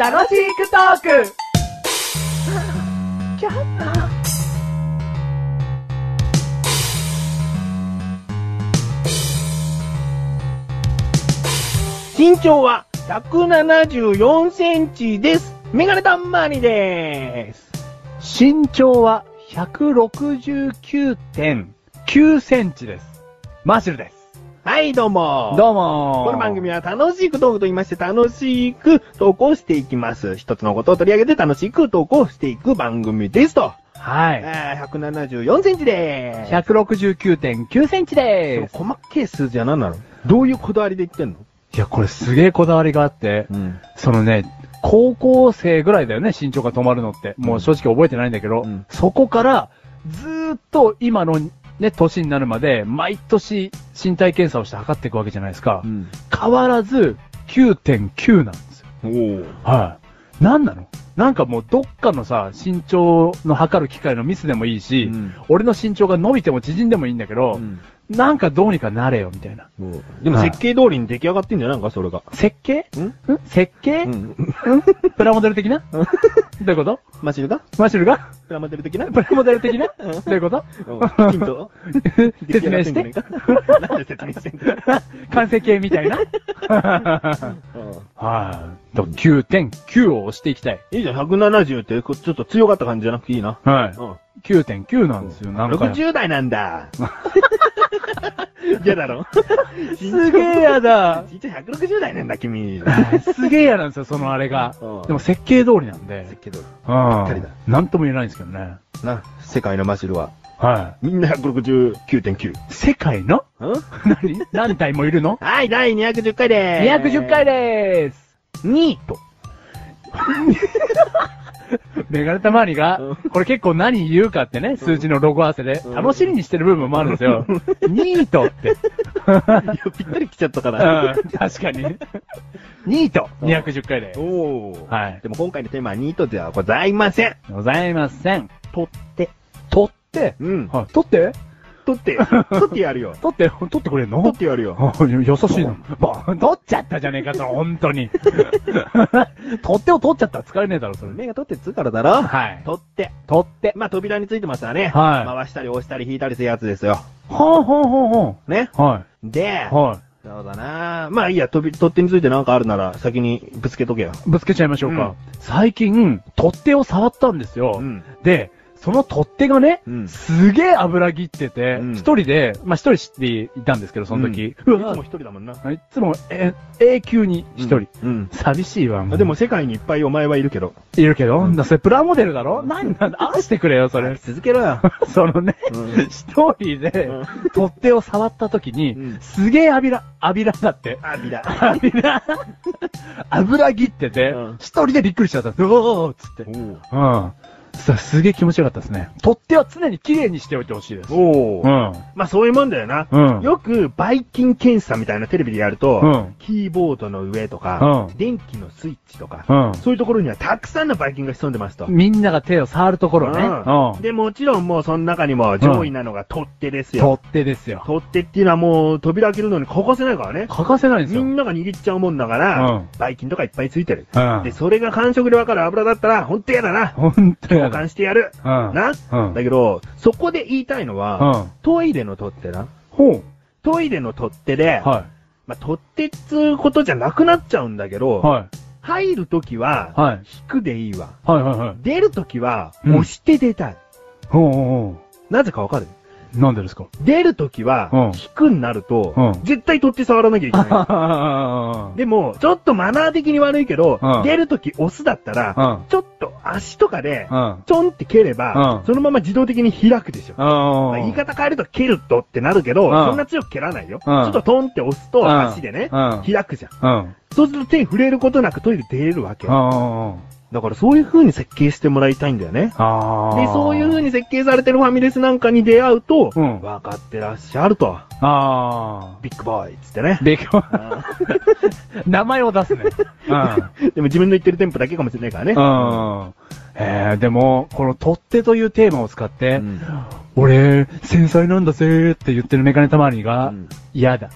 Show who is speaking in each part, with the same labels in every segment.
Speaker 1: 楽しくトーク
Speaker 2: 身長は174センチです。メガネたんまりです。
Speaker 3: 身長は169.9センチです。マシュルです。
Speaker 2: はい、どうも。
Speaker 3: どうも
Speaker 2: この番組は楽しくトークと言いまして、楽しくトークをしていきます。一つのことを取り上げて楽しくトークをしていく番組ですと。
Speaker 3: はい。
Speaker 2: えー174センチでーす。
Speaker 3: 169.9センチで
Speaker 2: その細けい数字は何なのどういうこだわりで言ってんの
Speaker 3: す。いや、これすげえこだわりがあって、
Speaker 2: ん。
Speaker 3: そのね、高校生ぐらいだよね、身長が止まるのって。もう正直覚えてないんだけど、
Speaker 2: うん
Speaker 3: そこからずーっと今のね、年になるまで、毎年身体検査をして測っていくわけじゃないですか。
Speaker 2: ん。
Speaker 3: 変わらず9.9なんですよ。
Speaker 2: おー。
Speaker 3: はい。なんなのなんかもうどっかのさ、身長の測る機会のミスでもいいし、
Speaker 2: うん
Speaker 3: 俺の身長が伸びても縮んでもいいんだけど、
Speaker 2: うん
Speaker 3: なんかどうにかなれよ、みたいな。
Speaker 2: でも
Speaker 3: はい
Speaker 2: 設計通りに出来上がってんじゃないのか、それが。
Speaker 3: 設計
Speaker 2: ん
Speaker 3: ん設計、ん、
Speaker 2: ん。
Speaker 3: プラモデル的などういうこと
Speaker 2: マシルが
Speaker 3: マシュルが
Speaker 2: プラモデル 的な
Speaker 3: プラモデル的な
Speaker 2: うん
Speaker 3: どういうこと
Speaker 2: うんヒント
Speaker 3: 説明し て。
Speaker 2: なんで説明してん だよ。
Speaker 3: 完成形みたいな。はい。だから9.9を押していきたい。
Speaker 2: いいじゃん、170って、こちょっと強かった感じじゃなくていいな。
Speaker 3: は
Speaker 2: う。ん。
Speaker 3: 9.9なんですよ、なんか。
Speaker 2: 60代なん だ。嫌だろ
Speaker 3: すげえやだ。
Speaker 2: 実は160代なんだ、君。
Speaker 3: すげえやなんですよ、そのあれが
Speaker 2: うん。
Speaker 3: でも設計通りなんで。
Speaker 2: けど、
Speaker 3: うん
Speaker 2: っかりだ。
Speaker 3: なんとも言えないんですけどね。
Speaker 2: な、世界のマシルは、
Speaker 3: は
Speaker 2: みんな169.9。
Speaker 3: い。世界の
Speaker 2: うん
Speaker 3: 何何体もいるの
Speaker 2: はい、第210回でーす。
Speaker 3: ?210 回
Speaker 2: で
Speaker 3: でーす。
Speaker 2: ーニート。
Speaker 3: メガネたまわりが
Speaker 2: うん、
Speaker 3: これ結構何言うかってね、数字のロゴ合わせで
Speaker 2: う、ん
Speaker 3: 楽しみにしてる部分もあるんで すよ。ニートって。
Speaker 2: いやぴったり来ちゃったか
Speaker 3: う
Speaker 2: ら。
Speaker 3: ん、確かに。ニート !210 回で。
Speaker 2: おー。
Speaker 3: はい
Speaker 2: でも今回のテーマはニートではございません。
Speaker 3: ございません。
Speaker 2: 取って。
Speaker 3: 取って
Speaker 2: うん。
Speaker 3: はい、取って
Speaker 2: 取って、取ってやるよ。
Speaker 3: 取って取ってくれんの
Speaker 2: 取ってやるよ。
Speaker 3: あ 優しいな。バーン取っちゃったじゃねえか、それ、本当 に。取っ手を取っちゃったら疲れねえだろ、それ。
Speaker 2: 目が取ってっつうからだろ。
Speaker 3: はい。
Speaker 2: 取って。
Speaker 3: 取っ手。
Speaker 2: まあ、扉についてますわね。
Speaker 3: はい
Speaker 2: 回したり押したり引いたりするやつですよ。
Speaker 3: ほんほんほんほん。
Speaker 2: ね。
Speaker 3: は
Speaker 2: で
Speaker 3: い。、は
Speaker 2: そうだなまあいいや、とび取っ手についてなんかあるなら先にぶつけとけよ。
Speaker 3: い。ぶつけちゃいましょう
Speaker 2: うん
Speaker 3: か。最近、取っ手を触ったんですよ。
Speaker 2: ん。
Speaker 3: で、その取っ手がね、
Speaker 2: うん
Speaker 3: すげえ油切ってて
Speaker 2: うん、
Speaker 3: 一人で、まあ一人知っていたんですけど、その時。
Speaker 2: う。
Speaker 3: うん
Speaker 2: いつ
Speaker 3: わ
Speaker 2: も一人だもんな。
Speaker 3: いつも、え、永久に一人。
Speaker 2: うん。
Speaker 3: 寂しいわ、も
Speaker 2: あ
Speaker 3: う
Speaker 2: でも、世界にいっぱいお前はいるけど。
Speaker 3: いるけど、なそれプラモデルだろ何 なんだ、愛してくれよ、それ。
Speaker 2: 続けろよ。
Speaker 3: そのね、
Speaker 2: うん
Speaker 3: 一人で
Speaker 2: うん、
Speaker 3: 取っ手を触った時に、
Speaker 2: うん
Speaker 3: すげえ浴びら、浴びらだって。
Speaker 2: あ、ビだ。
Speaker 3: 浴びら、油切ってて、
Speaker 2: うん
Speaker 3: 一人でびっくりしちゃった。うおーっつって。うん。さ、すげえ気持ちよかったですね。取っ手は常に綺麗にしておいてほしいです。
Speaker 2: おお。
Speaker 3: うん。
Speaker 2: まあそういうもんだよな。
Speaker 3: うん。
Speaker 2: よく、バイキン検査みたいなテレビでやる
Speaker 3: う
Speaker 2: と
Speaker 3: ん、
Speaker 2: キーボードの上とか
Speaker 3: う、ん
Speaker 2: 電気のスイッチとか
Speaker 3: う、ん。
Speaker 2: そういうところにはたくさんのバイキンが潜んでますと。
Speaker 3: みんなが手を触るところね。
Speaker 2: うんで、もちろんもうその中にも上位なのが取っ手です
Speaker 3: うん。
Speaker 2: よ。
Speaker 3: 取っ手ですよ。
Speaker 2: 取っ手っていうのはもう扉開けるのに欠かせないからね。
Speaker 3: 欠かせないんです
Speaker 2: み
Speaker 3: よ。うん。
Speaker 2: んなが握っちゃうもんだから、
Speaker 3: うん
Speaker 2: バイキンとかいっぱいついてる。で、それが感触でわかる油だったら、ほんと嫌だな。
Speaker 3: ほんと
Speaker 2: 交
Speaker 3: やだ。
Speaker 2: 換してやる。
Speaker 3: うん。
Speaker 2: な。
Speaker 3: うん。
Speaker 2: だけど、そこで言いたいの
Speaker 3: う
Speaker 2: は、
Speaker 3: ん。
Speaker 2: トイレの取っ手な。
Speaker 3: ほう。
Speaker 2: トイレの取っ手で、
Speaker 3: は
Speaker 2: まあ、取っ手っつうことじゃなくなっちゃうんだけ
Speaker 3: い。
Speaker 2: ど、
Speaker 3: はい。
Speaker 2: 入るときは、
Speaker 3: はい。
Speaker 2: 引くでいいわ。
Speaker 3: はいはいはい。
Speaker 2: 出るときは、
Speaker 3: うん
Speaker 2: 押して出たい。
Speaker 3: ほうほうほ
Speaker 2: なぜかわかる
Speaker 3: う。なんでですか
Speaker 2: 出るときは
Speaker 3: うん、
Speaker 2: 引くになると、
Speaker 3: うん
Speaker 2: 絶対取っ手触らなきゃいけない。
Speaker 3: あ
Speaker 2: でも、ちょっとマナー的に悪いけど、
Speaker 3: うん
Speaker 2: 出るとき押すだったら、
Speaker 3: あ。
Speaker 2: ちょっと足とかで
Speaker 3: う、ん。うん。
Speaker 2: ちょんって蹴れば、
Speaker 3: うん
Speaker 2: そのまま自動的に開くでしょ。まあ
Speaker 3: あ
Speaker 2: 言い方変えると蹴るとってなるけど、
Speaker 3: うん
Speaker 2: そんな強く蹴らないよ。ちょっとトンって押すと
Speaker 3: うん
Speaker 2: 足でね、
Speaker 3: うん
Speaker 2: 開くじゃん。
Speaker 3: うん。
Speaker 2: そうすると手触れることなくトイレ出れるわけ。
Speaker 3: あ
Speaker 2: だからそういう風に設計してもらいたいんだよね。
Speaker 3: あ。
Speaker 2: で、そういう風
Speaker 3: に。
Speaker 2: に設計されてるファミレスなんかに出会うと、
Speaker 3: う
Speaker 2: 分
Speaker 3: ん
Speaker 2: かってらっしゃると。
Speaker 3: あ
Speaker 2: ビッグボーイっつってね
Speaker 3: あ。。勉強、
Speaker 2: う
Speaker 3: 名前を出すね。
Speaker 2: んでも自分の言ってる店舗だけかもしれないからね。
Speaker 3: うん。うん。えー、でも、この取っ手というテーマを使って、
Speaker 2: うん
Speaker 3: 俺、繊細なんだぜーって言ってるメガネたまりが
Speaker 2: うん、
Speaker 3: 嫌だ。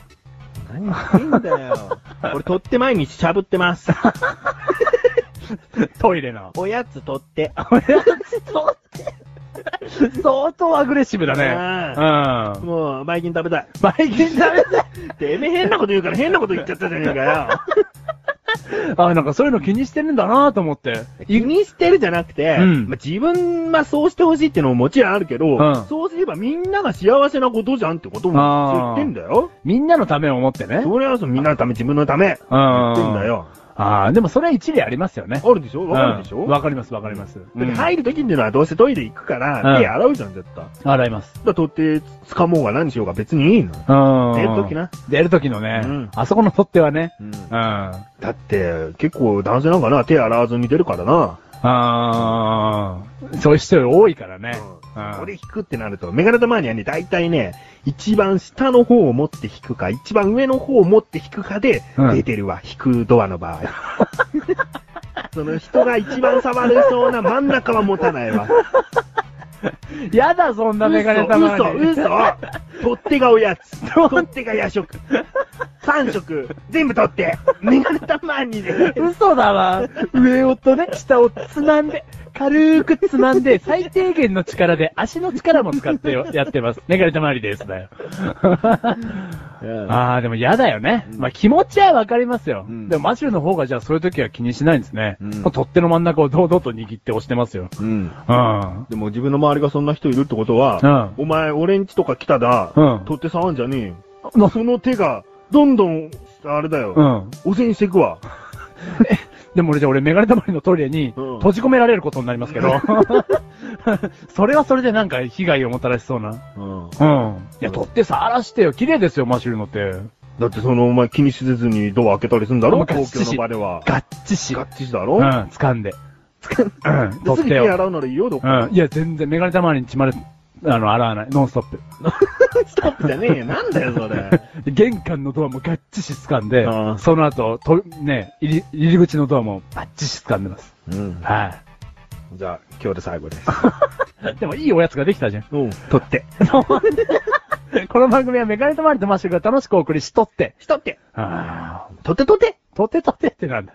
Speaker 2: 何言ってんだ よ。俺、取って毎日しゃぶってます。
Speaker 3: トイレな。
Speaker 2: おやつ取って。
Speaker 3: 相当アグレッシブだね。
Speaker 2: ね。
Speaker 3: うん。
Speaker 2: もう、バイキン食べたい。
Speaker 3: バイキンダメだ
Speaker 2: てめえ変なこと 言うから変なこと言っちゃったじゃねえかよ。
Speaker 3: あ、なんかそういうの気にしてるんだなと思って。
Speaker 2: 気にしてるじゃなくて、
Speaker 3: うん
Speaker 2: まあ自分はそうしてほしいってのももちろんあるけど、
Speaker 3: うん
Speaker 2: そうすればみんなが幸せなことじゃんってこと
Speaker 3: あ
Speaker 2: も言
Speaker 3: ー
Speaker 2: ってんだよ。
Speaker 3: みんなのためを思ってね。
Speaker 2: それはそうみんなのため、自分のため、
Speaker 3: う
Speaker 2: 言
Speaker 3: ん。
Speaker 2: ってんだ。よ。
Speaker 3: ああ、でもそれは一理ありますよね。
Speaker 2: あるでしょわかるでしょ、
Speaker 3: うんわかります、わかります。
Speaker 2: だって
Speaker 3: うん
Speaker 2: 入るときっていうのはどうせトイレ行くから、
Speaker 3: うん
Speaker 2: 手洗うじゃん、絶対。だか
Speaker 3: 洗います。
Speaker 2: ら取って、掴もうが何しようが別にいいの。
Speaker 3: うん。
Speaker 2: 寝るとき。な。
Speaker 3: 出る時のね、
Speaker 2: うん
Speaker 3: あそこの取っ手はね。うん。
Speaker 2: だって、結構男性なんかな、手洗わずに出るからな。
Speaker 3: あーそういう人多いからね。うん
Speaker 2: これ引くってなると、メガネ玉にはね、大体ね、一番下の方を持って引くか、一番上の方を持って引くかで、
Speaker 3: うん
Speaker 2: 出てるわ、引くドアの 場合。その人が一番触れそうな真ん中は持たないわ。
Speaker 3: やだ、そんなメガネ玉
Speaker 2: 嘘、
Speaker 3: に。
Speaker 2: 嘘、取っ手がおや つ。取っ手が夜食。三食、全部取って。メガネ玉にね。
Speaker 3: 嘘だわ。上をとね、下をつまんで、軽くつまんで、最低限の力で、足の力も使ってやってます。メガネたまりですだよ。ああ、でも嫌だよね。まあ気持ちはわかりますよ。
Speaker 2: うん
Speaker 3: でもマシュルの方がじゃあそういう時は気にしないんですね。
Speaker 2: うん
Speaker 3: もう取っ手の真ん中を堂々と握って押してますよ。
Speaker 2: うん。
Speaker 3: うん。
Speaker 2: でも自分の周りがそんな人いるってことは、
Speaker 3: う
Speaker 2: お前、俺んちとか来ただ、
Speaker 3: うん
Speaker 2: 取って触んじゃねえ
Speaker 3: な
Speaker 2: よ。その手が、どんどん、あれだよ、
Speaker 3: うん。
Speaker 2: 汚染していくわ。
Speaker 3: でも俺じゃあ俺メガネたまりのトイレに
Speaker 2: うん
Speaker 3: 閉じ込められることになりますけど。それはそれでなんか被害をもたらしそうな。うん。いや、取ってさ、荒らしてよ。綺麗ですよ、マシュルのって。
Speaker 2: だってその、お前気にせずにドア開けたりするんだろ
Speaker 3: ガッ
Speaker 2: 東
Speaker 3: チ
Speaker 2: 京の場では。
Speaker 3: ガッチし。
Speaker 2: ガッチしだ
Speaker 3: う
Speaker 2: ろ、
Speaker 3: ん、掴んで。うん、
Speaker 2: で
Speaker 3: 取
Speaker 2: す
Speaker 3: っ
Speaker 2: ぐ
Speaker 3: て
Speaker 2: 手
Speaker 3: よ。
Speaker 2: 洗うならいいよ、どっ
Speaker 3: うん。いや、全然、メガネたまりに血まで、あの、洗わない。ノンストップ。
Speaker 2: ストップじゃねえよ。なんだよ、それ。
Speaker 3: で玄関のドアもガッチし掴んで
Speaker 2: あー、
Speaker 3: その後、と、ね、入り、入り口のドアもバッチし掴んでます。
Speaker 2: うん。
Speaker 3: は
Speaker 2: じゃあ、今日で最後です。
Speaker 3: い。でも、いいおやつができたじゃん。
Speaker 2: うん。取って。
Speaker 3: この番組はメガネたまりとマッシュルが楽しくお送りしとって。
Speaker 2: しとって。
Speaker 3: ああ。
Speaker 2: 取って取って
Speaker 3: とてとてってなんだ。